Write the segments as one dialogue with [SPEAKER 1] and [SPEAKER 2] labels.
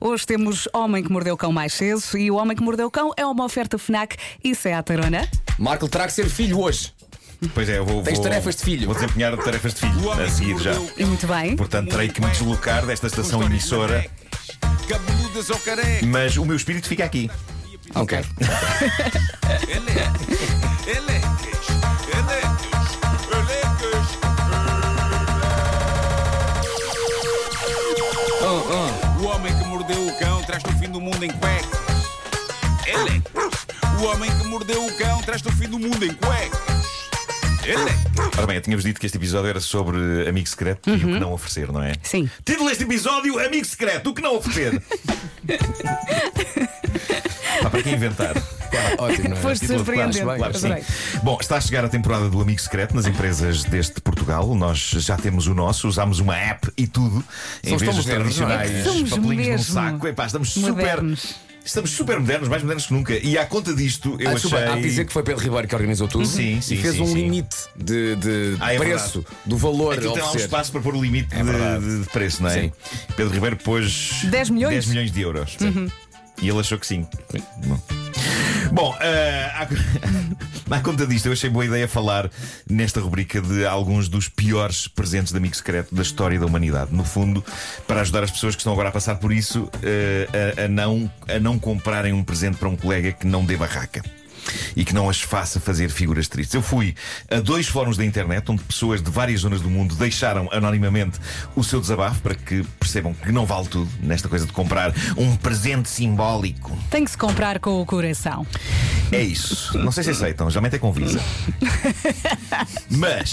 [SPEAKER 1] Hoje temos Homem que Mordeu Cão mais cedo e o Homem que Mordeu Cão é uma oferta FNAC e Seatarona.
[SPEAKER 2] Marco terá que ser filho hoje.
[SPEAKER 3] Pois é, eu vou.
[SPEAKER 2] Tens
[SPEAKER 3] vou-
[SPEAKER 2] tarefas de filho.
[SPEAKER 3] Vou desempenhar tarefas de filho a seguir já.
[SPEAKER 1] E É muito bem.
[SPEAKER 3] Portanto, terei que me deslocar desta estação emissora,
[SPEAKER 4] Cabeludas ou careca.
[SPEAKER 3] mas o meu espírito fica aqui.
[SPEAKER 2] Ok.
[SPEAKER 4] Elecas, elecas, elecas, elecas. O homem que mordeu o cão traz-te o fim do mundo em cuecas. Elecas. O homem que mordeu o cão traz-te o fim do mundo em cuecas. Elecas.
[SPEAKER 3] Ora bem, eu tinha-vos dito que este episódio era sobre amigo secreto e o que não oferecer, não é?
[SPEAKER 1] Sim.
[SPEAKER 3] Título deste episódio: Amigo secreto, o que não oferecer. Pá, para que inventar?
[SPEAKER 1] Ah,
[SPEAKER 2] Ótimo, não é?
[SPEAKER 1] Foste
[SPEAKER 2] Título de planos,
[SPEAKER 1] surpreendente.
[SPEAKER 2] bem.
[SPEAKER 3] Claro que
[SPEAKER 1] Adorei.
[SPEAKER 3] sim. Bom, está a chegar a temporada do Amigo Secreto nas empresas deste Portugal. Nós já temos o nosso, usámos uma app e tudo. em
[SPEAKER 2] Somos
[SPEAKER 3] vez
[SPEAKER 2] tão
[SPEAKER 3] dos
[SPEAKER 2] modernos, não é?
[SPEAKER 3] tradicionais
[SPEAKER 1] É que somos
[SPEAKER 3] papelinhos num
[SPEAKER 1] mesmo
[SPEAKER 3] saco. Epá, estamos super.
[SPEAKER 1] modernos.
[SPEAKER 3] Estamos super modernos, mais modernos que nunca. E à conta disto, eu
[SPEAKER 2] Ah,
[SPEAKER 3] achei.
[SPEAKER 2] desculpa, há de dizer que foi Pedro Ribeiro que organizou tudo
[SPEAKER 3] Sim, sim,
[SPEAKER 2] e fez
[SPEAKER 3] sim,
[SPEAKER 2] um
[SPEAKER 3] sim.
[SPEAKER 2] limite de, de
[SPEAKER 3] Ah, é
[SPEAKER 2] preço do valor a
[SPEAKER 3] Aquilo tem lá
[SPEAKER 2] é
[SPEAKER 3] um
[SPEAKER 2] oferecer. É
[SPEAKER 3] espaço para pôr o limite de-
[SPEAKER 2] verdade.
[SPEAKER 3] de, de preço, não é?
[SPEAKER 2] Sim.
[SPEAKER 3] Pedro Ribeiro pôs
[SPEAKER 1] 10 milhões?
[SPEAKER 3] 10 milhões de euros.
[SPEAKER 2] Uhum.
[SPEAKER 3] E ele achou que sim. Bom, Bom, ah, à, à conta disto, eu achei boa ideia falar nesta rubrica de alguns dos piores presentes de amigo secreto da história da humanidade. No fundo, para ajudar as pessoas que estão agora a passar por isso ah, a, a não, a não comprarem um presente para um colega que não dê barraca e que não as faça fazer figuras tristes. Eu fui a dois fóruns da internet onde pessoas de várias zonas do mundo deixaram anonimamente o seu desabafo para que percebam que não vale tudo nesta coisa de comprar um presente simbólico.
[SPEAKER 1] Tem que se comprar com o coração.
[SPEAKER 3] É isso. Não sei se aceitam, geralmente é com Visa. Mas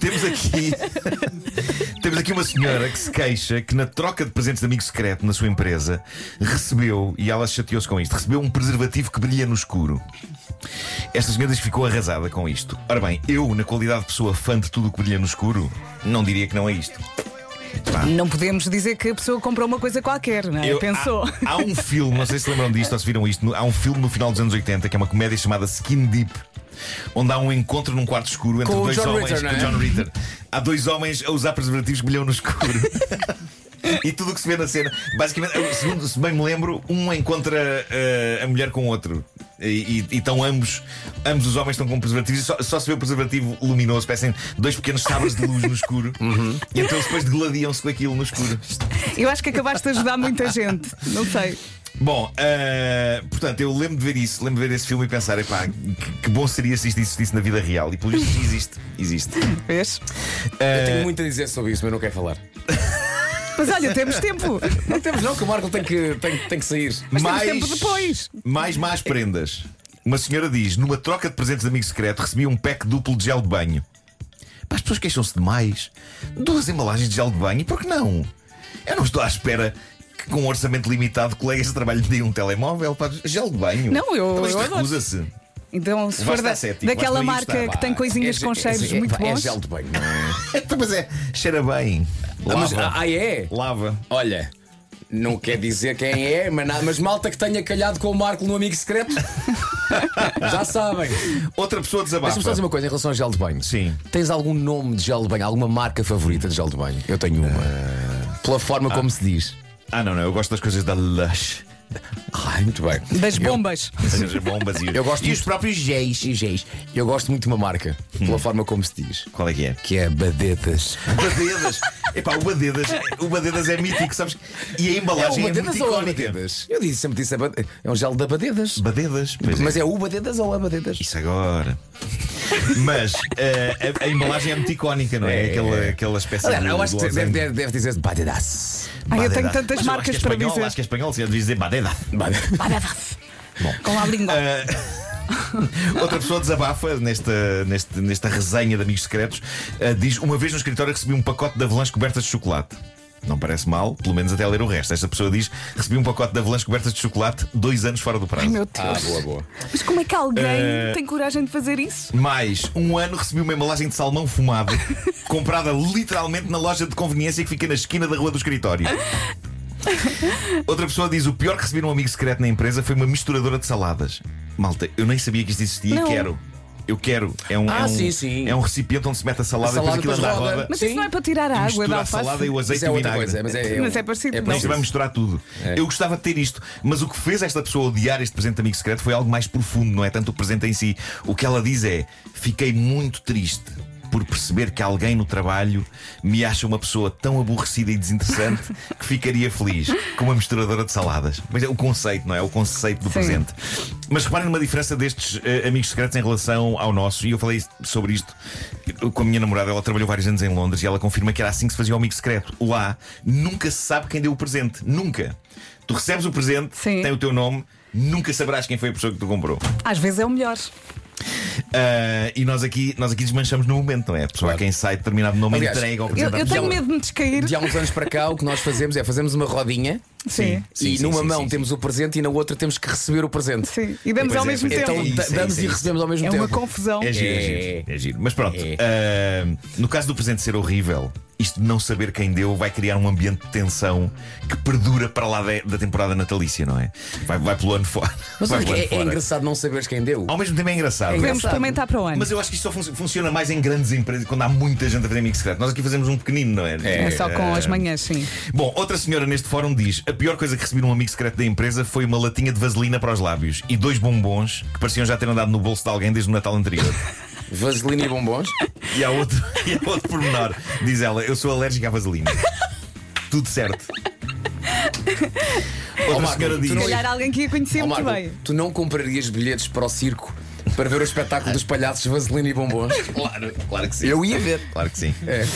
[SPEAKER 3] temos aqui temos aqui uma senhora que se queixa que na troca de presentes de amigo secreto na sua empresa recebeu, e ela chateou-se com isto, recebeu um preservativo que brilha no escuro. Esta senhora diz que ficou arrasada com isto. Ora bem, eu, na qualidade de pessoa fã de tudo o que brilha no escuro, não diria que não é isto.
[SPEAKER 1] Não podemos dizer que a pessoa comprou uma coisa qualquer,
[SPEAKER 2] Ah,
[SPEAKER 1] não é?
[SPEAKER 3] Eu-
[SPEAKER 1] Pensou.
[SPEAKER 3] Há, há um filme, não sei se lembram disto ou se viram isto, no- há um filme no final dos anos 80 que é uma comédia chamada Skin Deep. Onde há um encontro num quarto escuro entre
[SPEAKER 2] Com o
[SPEAKER 3] dois
[SPEAKER 2] John
[SPEAKER 3] homens
[SPEAKER 2] Ritter, não é?
[SPEAKER 3] com John Ritter. Há dois homens a usar preservativos que brilham no escuro. E tudo o que se vê na cena, basicamente, eu, segundo se bem me lembro, um encontra eh, a mulher com o outro. E, e- e estão ambos, ambos os homens estão com preservativos e só, só se vê o preservativo luminoso, parecem dois pequenos sabres de luz no escuro.
[SPEAKER 2] Uhum.
[SPEAKER 3] E então eles depois degladiam-se com aquilo no escuro.
[SPEAKER 1] Eu acho que acabaste de ajudar muita gente. Não sei.
[SPEAKER 3] Bom, ah, portanto, eu lembro de ver isso, lembro de ver esse filme e pensar, epá, que, que bom seria se isto existisse na vida real. E pelo visto existe, existe.
[SPEAKER 1] Vês?
[SPEAKER 2] Eu tenho muito a dizer sobre isso, mas não quero falar.
[SPEAKER 1] Mas olha, temos tempo.
[SPEAKER 2] Não temos, não, que o Marco tem que, tem, tem que sair.
[SPEAKER 1] Mas temos tempo depois.
[SPEAKER 3] Mais más prendas. Uma senhora diz: numa troca de presentes de amigo secreto, recebi um pack duplo de gel de banho. Pá, as pessoas queixam-se demais. Duas embalagens de gel de banho, e por que não? Eu não estou à espera que, com um orçamento limitado, colegas de trabalho me deem um telemóvel. Pá, gel de banho.
[SPEAKER 1] Não, eu-
[SPEAKER 3] Então, isto
[SPEAKER 1] eu adoro.
[SPEAKER 3] recusa-se.
[SPEAKER 1] Então, se
[SPEAKER 3] Vais
[SPEAKER 1] for
[SPEAKER 3] estar
[SPEAKER 1] da-
[SPEAKER 3] cético,
[SPEAKER 1] daquela
[SPEAKER 3] vais para aí
[SPEAKER 1] marca
[SPEAKER 3] estar,
[SPEAKER 1] que tem
[SPEAKER 3] vá.
[SPEAKER 1] coisinhas com cheiros
[SPEAKER 2] Ah, é-
[SPEAKER 1] muito
[SPEAKER 2] é,
[SPEAKER 1] bons.
[SPEAKER 2] gel de banho, não é?
[SPEAKER 3] Então, Mas é, cheira bem.
[SPEAKER 2] Ah, mas-
[SPEAKER 3] Lava.
[SPEAKER 2] ah, é?
[SPEAKER 3] Lava.
[SPEAKER 2] Olha, não quer dizer quem é, mas, na- mas malta que tenha calhado com o Marco no amigo secreto. Já sabem.
[SPEAKER 3] Outra pessoa desabafa.
[SPEAKER 2] Deixa-me só dizer uma coisa em relação ao gel de banho.
[SPEAKER 3] Sim.
[SPEAKER 2] Tens algum nome de gel de banho, alguma marca favorita de gel de banho? Eu tenho uma. Pela forma como se diz.
[SPEAKER 3] Ah, não, não, eu gosto das coisas da Lush.
[SPEAKER 2] Ai, muito bem.
[SPEAKER 1] Das
[SPEAKER 2] Eu-
[SPEAKER 1] bombas.
[SPEAKER 3] As bombas e os,
[SPEAKER 2] Eu gosto
[SPEAKER 3] e os
[SPEAKER 2] muito-
[SPEAKER 3] próprios géis. Hum.
[SPEAKER 2] E géis. Eu gosto muito de uma marca, pela forma como se diz.
[SPEAKER 3] Qual é que é?
[SPEAKER 2] Que é badetas.
[SPEAKER 3] Badedas. Epá, o Badedas, o Badedas é mítico, sabes? E a embalagem é, muito icónica.
[SPEAKER 2] Eu disse, sempre disse, abade- é um gel da badedas.
[SPEAKER 3] Badedas, pois
[SPEAKER 2] Mas é o badedas ou a badedas?
[SPEAKER 3] Isso é agora. Mas eh, a, a embalagem é muito icónica, não é?
[SPEAKER 2] É.
[SPEAKER 3] Aquela, aquela espécie
[SPEAKER 2] Aliás,
[SPEAKER 3] de.
[SPEAKER 2] eu acho
[SPEAKER 3] de
[SPEAKER 2] que deve,
[SPEAKER 3] losango.
[SPEAKER 2] deve, deve dizer badedas.
[SPEAKER 1] Ai, eu
[SPEAKER 3] Badedas.
[SPEAKER 1] tenho tantas
[SPEAKER 3] Mas eu
[SPEAKER 1] marcas
[SPEAKER 3] acho que é
[SPEAKER 1] para
[SPEAKER 3] espanhol,
[SPEAKER 1] dizer.
[SPEAKER 3] Acho que é espanhol, se devia dizer Badeda.
[SPEAKER 1] Com a língua.
[SPEAKER 3] Ah, Outra pessoa desabafa nesta, neste- nesta resenha de amigos secretos. Ah, diz: Uma vez no escritório recebi um pacote de avelãs cobertas de chocolate. Não parece mal, pelo menos até ler o resto. Esta pessoa diz: Recebi um pacote de avelãs cobertas de chocolate, dois anos fora do prazo.
[SPEAKER 1] Ai, meu Deus.
[SPEAKER 2] boa, boa.
[SPEAKER 1] Mas como é que alguém
[SPEAKER 3] Eh,
[SPEAKER 1] tem coragem de fazer isso?
[SPEAKER 3] Mais um ano recebi uma embalagem de salmão fumado, comprada literalmente na loja de conveniência que fica na esquina da rua do escritório. Outra pessoa diz: o pior que recebi num amigo secreto na empresa foi uma misturadora de saladas. Malta, eu nem sabia que isto existia
[SPEAKER 1] Não.
[SPEAKER 3] e quero. Eu quero. É um,
[SPEAKER 2] Ah,
[SPEAKER 3] é um,
[SPEAKER 2] sim, sim.
[SPEAKER 3] é um recipiente onde se mete a salada,
[SPEAKER 2] A salada,
[SPEAKER 3] e depois aquilo
[SPEAKER 2] depois
[SPEAKER 3] anda à
[SPEAKER 2] roda.
[SPEAKER 3] roda.
[SPEAKER 2] Mas
[SPEAKER 1] isso não é para tirar a
[SPEAKER 3] E
[SPEAKER 1] água
[SPEAKER 3] mistura
[SPEAKER 1] da
[SPEAKER 3] a
[SPEAKER 1] alface.
[SPEAKER 3] salada e o azeite
[SPEAKER 2] Isso é
[SPEAKER 3] e o
[SPEAKER 2] outra
[SPEAKER 3] vinagre.
[SPEAKER 2] coisa, mas é,
[SPEAKER 1] Mas é parecido.
[SPEAKER 2] É
[SPEAKER 1] Não, É.
[SPEAKER 3] Não se vai
[SPEAKER 2] parecido.
[SPEAKER 3] misturar tudo. Eu gostava de ter isto, mas o que fez esta pessoa odiar este presente de amigo secreto foi algo mais profundo, não é tanto o presente em si. O que ela diz é: fiquei muito triste por perceber que alguém no trabalho me acha uma pessoa tão aborrecida e desinteressante que ficaria feliz com uma misturadora de saladas. Mas é o conceito, não é? O conceito do
[SPEAKER 1] Sim.
[SPEAKER 3] presente. Mas reparem numa diferença destes eh, amigos secretos em relação ao nosso, e eu falei sobre isto com a minha namorada, ela trabalhou vários anos em Londres e ela confirma que era assim que se fazia o amigo secreto. Lá nunca se sabe quem deu o presente, nunca. Tu recebes o presente,
[SPEAKER 1] Sim.
[SPEAKER 3] tem o teu nome, nunca saberás quem foi a pessoa que tu comprou.
[SPEAKER 1] Às vezes é o melhor.
[SPEAKER 3] Ah, e nós aqui, nós aqui desmanchamos no momento, não é? A pessoa a
[SPEAKER 2] Claro.
[SPEAKER 3] quem sai determinado nome
[SPEAKER 2] Aliás,
[SPEAKER 3] entrega ao
[SPEAKER 1] Eu,
[SPEAKER 3] presente. à
[SPEAKER 1] eu
[SPEAKER 3] pessoa.
[SPEAKER 1] tenho medo de me descair.
[SPEAKER 2] De há uns anos para cá, o que nós fazemos é fazemos uma rodinha
[SPEAKER 1] Sim.
[SPEAKER 3] Sim,
[SPEAKER 2] e
[SPEAKER 3] sim,
[SPEAKER 2] numa
[SPEAKER 3] sim,
[SPEAKER 2] mão
[SPEAKER 3] sim,
[SPEAKER 2] temos o presente e na outra temos que receber o presente.
[SPEAKER 1] Sim. E damos
[SPEAKER 3] Pois
[SPEAKER 1] ao
[SPEAKER 3] é,
[SPEAKER 1] mesmo
[SPEAKER 3] pois é.
[SPEAKER 1] tempo.
[SPEAKER 2] Então
[SPEAKER 3] isso,
[SPEAKER 2] da-
[SPEAKER 3] é isso,
[SPEAKER 2] damos
[SPEAKER 3] é
[SPEAKER 2] e
[SPEAKER 3] isso.
[SPEAKER 2] recebemos ao mesmo
[SPEAKER 1] É
[SPEAKER 2] tempo.
[SPEAKER 1] uma confusão.
[SPEAKER 3] É giro, é.
[SPEAKER 2] É.
[SPEAKER 3] giro, é giro. Mas pronto, ah, no caso do presente ser horrível, isto de não saber quem deu vai criar um ambiente de tensão que perdura para lá de- da temporada natalícia, não é? Vai, vai pelo ano fora.
[SPEAKER 2] Mas
[SPEAKER 3] vai
[SPEAKER 2] olha que
[SPEAKER 3] pelo
[SPEAKER 2] é,
[SPEAKER 3] ano
[SPEAKER 2] é
[SPEAKER 3] fora.
[SPEAKER 2] engraçado não saberes quem deu.
[SPEAKER 3] Ao mesmo tempo é engraçado.
[SPEAKER 1] Podemos
[SPEAKER 2] engraçado.
[SPEAKER 1] experimentar para o ano.
[SPEAKER 3] Mas eu acho que isto só fun- funciona mais em grandes empresas quando há muita gente a fazer amigo secreto. Nós aqui fazemos um pequenino, não é?
[SPEAKER 1] É só com as manhãs, sim.
[SPEAKER 3] Bom, outra senhora neste fórum diz: a pior coisa que recebi num amigo secreto da empresa foi uma latinha de vaselina para os lábios e dois bombons que pareciam já ter andado no bolso de alguém desde o Natal anterior.
[SPEAKER 2] Vaselina e bombons.
[SPEAKER 3] E há outro, e há outro pormenor. Diz ela: Eu sou alérgica à vaselina. Tudo certo. Outra
[SPEAKER 2] Ó, Marco,
[SPEAKER 3] senhora
[SPEAKER 2] tu
[SPEAKER 3] diz:
[SPEAKER 2] não-
[SPEAKER 1] Se calhar alguém que a conhecia
[SPEAKER 2] Ó,
[SPEAKER 1] muito
[SPEAKER 2] Marco,
[SPEAKER 1] bem.
[SPEAKER 2] tu não comprarias bilhetes para o circo para ver o espetáculo dos palhaços Vaselina e bombons?
[SPEAKER 3] Claro, claro que sim.
[SPEAKER 2] Eu ia ver.
[SPEAKER 3] Claro que sim.
[SPEAKER 2] É.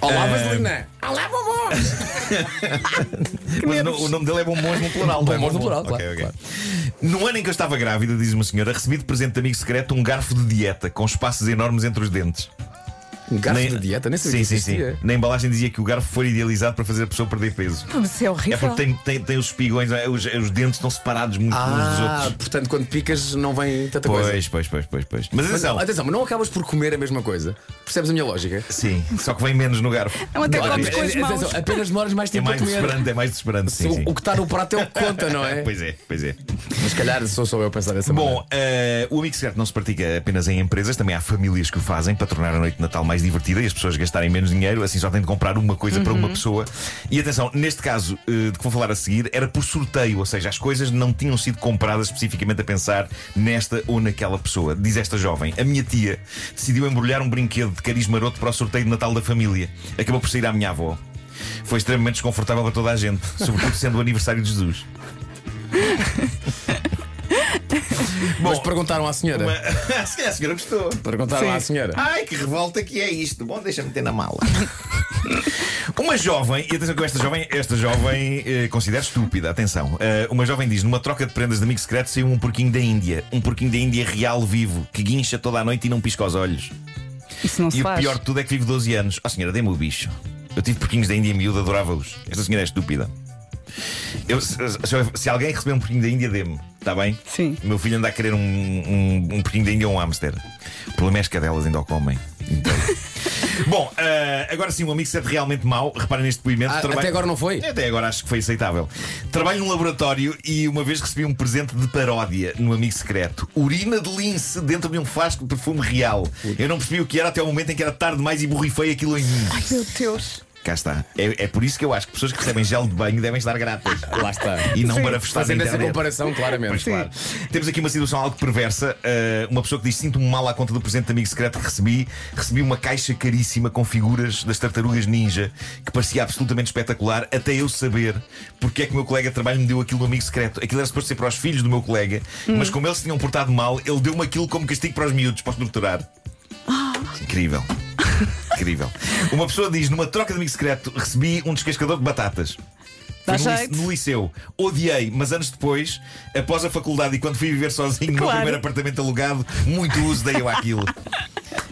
[SPEAKER 2] Olá, Vaselina! Olá, bombons!
[SPEAKER 3] Mas no- o nome dele é Bombons no plural, não é?
[SPEAKER 2] Bombons no plural,
[SPEAKER 3] Bombons.
[SPEAKER 2] claro,
[SPEAKER 3] Ok, ok. No ano em que eu estava grávida, diz uma senhora, recebi de presente de amigo secreto um garfo de dieta com espaços enormes entre os dentes.
[SPEAKER 2] Um garfo
[SPEAKER 3] Nem-
[SPEAKER 2] de dieta, nem
[SPEAKER 3] Sim,
[SPEAKER 2] sabia
[SPEAKER 3] sim,
[SPEAKER 2] que
[SPEAKER 3] sim.
[SPEAKER 2] existia.
[SPEAKER 3] Na embalagem dizia que o garfo foi idealizado para fazer a pessoa perder peso.
[SPEAKER 1] Isso é
[SPEAKER 3] É
[SPEAKER 1] horrível.
[SPEAKER 3] porque tem, tem, tem os espigões, não é? os, os dentes estão separados muito uns dos
[SPEAKER 2] Ah,
[SPEAKER 3] outros.
[SPEAKER 2] portanto, quando picas não vem tanta coisa.
[SPEAKER 3] Pois, pois, pois, pois, pois. Mas
[SPEAKER 2] Mas,
[SPEAKER 3] atenção,
[SPEAKER 2] atenção, mas não acabas por comer a mesma coisa. Percebes a minha lógica?
[SPEAKER 3] Sim, só que vem menos no garfo.
[SPEAKER 1] Não, até
[SPEAKER 3] Claro,
[SPEAKER 1] comes
[SPEAKER 3] é-
[SPEAKER 1] com as mãos.
[SPEAKER 2] atenção, apenas demoras mais
[SPEAKER 3] É
[SPEAKER 2] tempo
[SPEAKER 3] mais
[SPEAKER 2] a comer.
[SPEAKER 3] desesperante, é mais desesperante, sim,
[SPEAKER 2] O-
[SPEAKER 3] sim.
[SPEAKER 2] O que está no prato é o que conta, não é?
[SPEAKER 3] Pois é, pois é.
[SPEAKER 2] Mas se calhar sou só eu a pensar dessa
[SPEAKER 3] Bom,
[SPEAKER 2] maneira.
[SPEAKER 3] eh, o amigo secreto não se pratica apenas em empresas, também há famílias que o fazem para tornar a noite de Natal mais divertida e as pessoas gastarem menos dinheiro, assim só têm de comprar uma coisa para uma pessoa. E atenção, neste caso eh, de que vou falar a seguir, era por sorteio, ou seja, as coisas não tinham sido compradas especificamente a pensar nesta ou naquela pessoa. Diz esta jovem: A minha tia decidiu embrulhar um brinquedo de cariz maroto para o sorteio de Natal da família. Acabou por sair à minha avó. Foi extremamente desconfortável para toda a gente, sobretudo sendo o aniversário de Jesus.
[SPEAKER 2] Mas
[SPEAKER 3] bom,
[SPEAKER 2] perguntaram à senhora.
[SPEAKER 3] Uma... Se calhar a senhora gostou.
[SPEAKER 2] Perguntaram à senhora.
[SPEAKER 3] Ai, que revolta que é isto. Bom, deixa-me ter na mala. Uma jovem, e atenção com esta jovem, esta jovem eh, considero estúpida, atenção. Eh, uma jovem diz: numa troca de prendas de amigo secreto saiu um porquinho da Índia, um porquinho da Índia real vivo, que guincha toda a noite e não pisca os olhos.
[SPEAKER 1] Isso não
[SPEAKER 3] E
[SPEAKER 1] se
[SPEAKER 3] o
[SPEAKER 1] faz.
[SPEAKER 3] pior de tudo é que vive 12 anos. Oh senhora, dê-me o bicho. Eu tive porquinhos da Índia miúda, adorava-os. Esta senhora é estúpida. Eu- se, se- se alguém receber um porquinho da Índia, dê-me, está bem?
[SPEAKER 1] Sim.
[SPEAKER 3] O meu filho anda a querer um, um, um porquinho da Índia ou um hamster. O problema é que as cadelas ainda o comem. Então. Bom, ah, agora sim, um amigo secreto realmente mau. Reparem neste depoimento.
[SPEAKER 2] Ah, até agora não foi?
[SPEAKER 3] Até agora acho que foi aceitável. Trabalho num laboratório e uma vez recebi um presente de paródia no amigo secreto. Urina de lince dentro de um frasco de perfume real. Eu não percebi o que era até o momento em que era tarde demais e borrifei aquilo em mim.
[SPEAKER 1] Meu Deus.
[SPEAKER 3] Cá está. É, é por isso que eu acho que pessoas que recebem gel de banho devem estar gratas.
[SPEAKER 2] Lá está.
[SPEAKER 3] E não
[SPEAKER 1] Sim.
[SPEAKER 3] para festar
[SPEAKER 2] Fazendo essa
[SPEAKER 3] internet.
[SPEAKER 2] comparação,
[SPEAKER 3] Pois
[SPEAKER 2] claramente.
[SPEAKER 3] claro. Temos aqui uma situação algo perversa. Uh, uma pessoa que diz: Sinto-me mal à conta do presente de amigo secreto que recebi. Recebi uma caixa caríssima com figuras das tartarugas ninja que parecia absolutamente espetacular, até eu saber porque é que o meu colega de trabalho me deu aquilo no amigo secreto. Aquilo era suposto ser para os filhos do meu colega, mas como eles se tinham portado mal, ele deu-me aquilo como castigo para os miúdos, para os torturar. Incrível. Incrível. Uma pessoa diz: Numa troca de amigo secreto, recebi um descascador de batatas.
[SPEAKER 1] Dá
[SPEAKER 3] Foi no, lice-
[SPEAKER 1] Tá jeito.
[SPEAKER 3] no liceu. Odiei, mas anos depois, após a faculdade e quando fui viver sozinho no meu
[SPEAKER 1] Claro.
[SPEAKER 3] primeiro apartamento alugado, muito uso dei eu àquilo.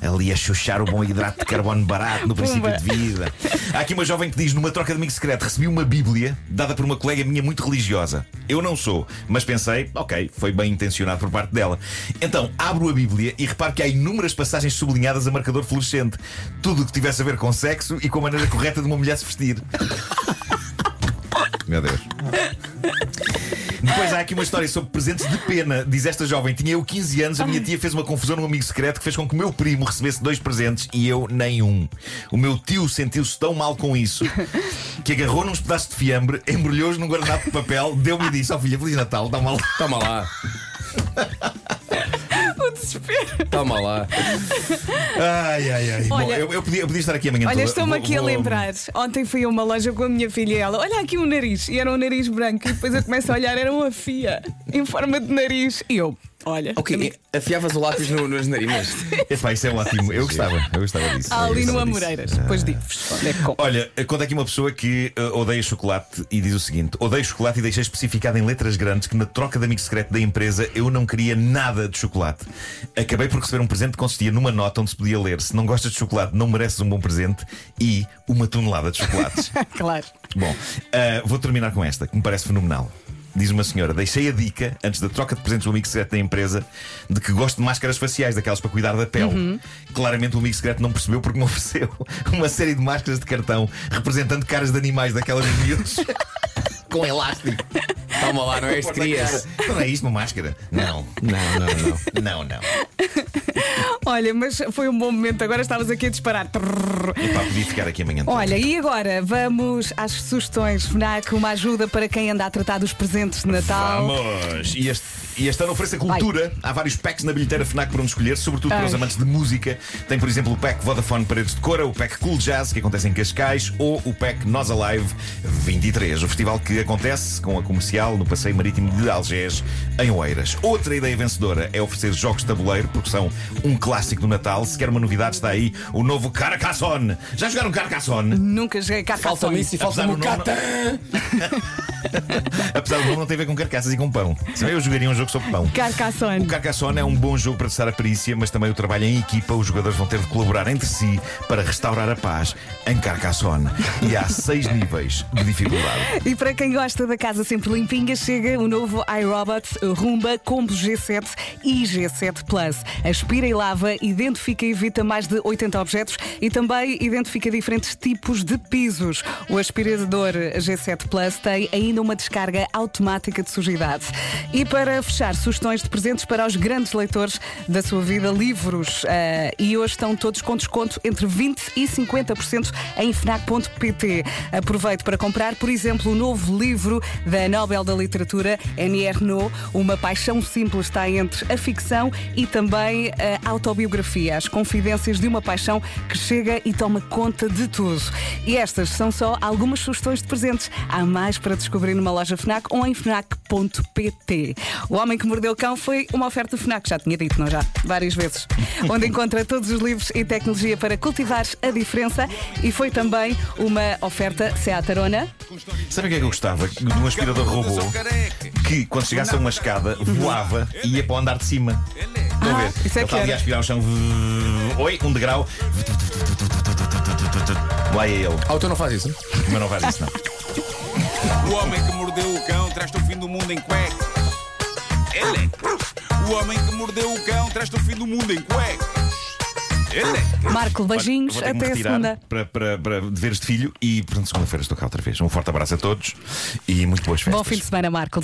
[SPEAKER 3] Ali a chuchar o bom hidrato de carbono barato no princípio
[SPEAKER 1] Pumba.
[SPEAKER 3] de vida. Há aqui uma jovem que diz: numa troca de amigo secreto, recebi uma Bíblia dada por uma colega minha muito religiosa. Eu não sou, mas pensei, ok, foi bem intencionado por parte dela. Então abro a Bíblia e reparo que há inúmeras passagens sublinhadas a marcador fluorescente. Tudo o que tivesse a ver com sexo e com a maneira correta de uma mulher se vestir. Meu Deus. Depois há aqui uma história sobre presentes de pena. Diz esta jovem: Tinha eu 15 anos, a minha
[SPEAKER 1] Ah.
[SPEAKER 3] tia fez uma confusão num amigo secreto que fez com que o meu primo recebesse dois presentes e eu nenhum. O meu tio sentiu-se tão mal com isso que agarrou nos pedaços de fiambre, embrulhou-os num guardanapo de papel, deu-me e disse: Ó filha, Feliz Natal, dá uma lá.
[SPEAKER 2] Toma lá,
[SPEAKER 1] O desespero.
[SPEAKER 2] toma lá.
[SPEAKER 3] Ai, ai, ai. Bom,
[SPEAKER 1] Olha-
[SPEAKER 3] eu, eu podia, eu podia estar aqui amanhã
[SPEAKER 1] Olha,
[SPEAKER 3] toda.
[SPEAKER 1] estou-me
[SPEAKER 3] É Vou-
[SPEAKER 1] aqui a
[SPEAKER 3] vou-
[SPEAKER 1] lembrar. Ontem fui a uma loja com a minha filha e ela, olha aqui um nariz. E era um nariz branco. E depois eu começo a olhar, era uma fia em forma de nariz. E eu, olha.
[SPEAKER 2] Ok, afiavas o lápis no- nas narinas.
[SPEAKER 3] Epá, isso é ótimo. Eu gostava, eu gostava disso.
[SPEAKER 1] Há
[SPEAKER 3] Eu
[SPEAKER 1] ali no
[SPEAKER 3] gostava disso.
[SPEAKER 1] Amoreiras. Depois digo-vos. Olha, com-
[SPEAKER 3] Olha, conta aqui uma pessoa que eh, odeia chocolate e diz o seguinte: odeio chocolate e deixei especificado em letras grandes que na troca de amigo secreto da empresa eu não queria nada de chocolate. Acabei por receber um presente que consistia numa nota onde se podia ler: se não gostas de chocolate, não mereces um bom presente e uma tonelada de chocolates.
[SPEAKER 1] Claro.
[SPEAKER 3] Bom, ah, vou terminar com esta, que me parece fenomenal. Diz uma senhora: deixei a dica, antes da troca de presentes do amigo secreto da empresa, de que gosto de máscaras faciais, daquelas para cuidar da pele. Claramente o amigo secreto não percebeu porque me ofereceu uma série de máscaras de cartão representando caras de animais daquelas dos miúdos. Com elástico.
[SPEAKER 2] Toma lá, não é? és
[SPEAKER 3] Porta a cara.
[SPEAKER 2] crias.
[SPEAKER 3] Não é isto uma máscara? Não.
[SPEAKER 2] Não, não, não.
[SPEAKER 3] Não, não.
[SPEAKER 1] Olha, mas foi um bom momento. Agora estavas aqui a disparar. Trrr.
[SPEAKER 3] Epá, podia ficar aqui amanhã. toda.
[SPEAKER 1] Olha, e agora vamos às sugestões. FNAC, uma ajuda para quem anda a tratar dos presentes de Natal.
[SPEAKER 3] Vamos! E este, e este ano oferece a cultura. Há vários packs na bilheteira Fnac para onde escolher, sobretudo para
[SPEAKER 1] Ai.
[SPEAKER 3] os amantes de música. Tem, por exemplo, o pack Vodafone Paredes de Cora, o pack Cool Jazz, que acontece em Cascais, ou o pack Nós Alive 23, o festival que acontece com a comercial no Passeio Marítimo de Algés, em Oeiras. Outra ideia vencedora é oferecer jogos de tabuleiro, porque são um clássico do Natal. Se quer uma novidade, está aí o novo Carcassonne. Já jogaram Carcassonne?
[SPEAKER 1] Nunca joguei cá
[SPEAKER 2] Falta-me isso e
[SPEAKER 3] Apesar
[SPEAKER 2] falta-me o
[SPEAKER 3] do nome-
[SPEAKER 2] Catan.
[SPEAKER 3] Apesar do nome não tem a ver com carcaças e com pão. Se bem, eu jogaria um jogo sobre pão. O
[SPEAKER 1] Carcassonne.
[SPEAKER 3] Carcassonne é um bom jogo para testar a perícia, mas também o trabalho em equipa. Os jogadores vão ter de colaborar entre si para restaurar a paz em Carcassonne. E há seis níveis de dificuldade.
[SPEAKER 1] E para quem gosta da casa sempre limpinha, chega o novo iRobot Rumba Combo G7 e G7 Plus. Aspira e lava, identifica e evita mais de 80 objetos e também identifica diferentes tipos de pisos. O aspirador G7 Plus tem ainda uma descarga automática de sujidade. E para fechar, sugestões de presentes para os grandes leitores da sua vida, livros. Ah, e hoje estão todos com desconto entre 20% e 50% em fnac.pt. Aproveite para comprar, por exemplo, o novo livro da Nobel da Literatura, Annie Ernaux, Uma Paixão Simples, está entre a ficção e também a autobiografia, as confidências de uma paixão que chega e toma conta de tudo. E estas são só algumas sugestões de presentes. Há mais para descobrir numa loja FNAC ou em fnac.pt. O Homem que Mordeu o Cão foi uma oferta FNAC, já tinha dito, não já? Várias vezes. Onde encontra todos os livros e tecnologia para cultivar a diferença e foi também uma oferta Seat Arona.
[SPEAKER 3] Sabe o que é que eu gostava? De um aspirador robô que, quando chegasse a uma escada, voava e ia para o andar de cima. Estão a ver?
[SPEAKER 1] Ah, isso é
[SPEAKER 3] Ele
[SPEAKER 1] que
[SPEAKER 3] está ali
[SPEAKER 1] era.
[SPEAKER 3] a aspirar o chão. Oi, um degrau. Lá é ele.
[SPEAKER 2] Ah, o teu não faz isso?
[SPEAKER 3] Mas não faz isso, não.
[SPEAKER 4] O homem que mordeu o cão traz-te o fim do mundo em cuecas. Elecas. O homem que mordeu o cão traz-te o fim do mundo em cuecas. Elecas.
[SPEAKER 1] Marco, beijinhos,
[SPEAKER 3] Olha, vou ter que me
[SPEAKER 1] até a
[SPEAKER 3] retirar
[SPEAKER 1] segunda.
[SPEAKER 3] Para, para, para deveres de filho e, portanto, segunda-feira estou cá outra vez. Um forte abraço a todos e muito boas festas.
[SPEAKER 1] Bom fim de semana, Marco.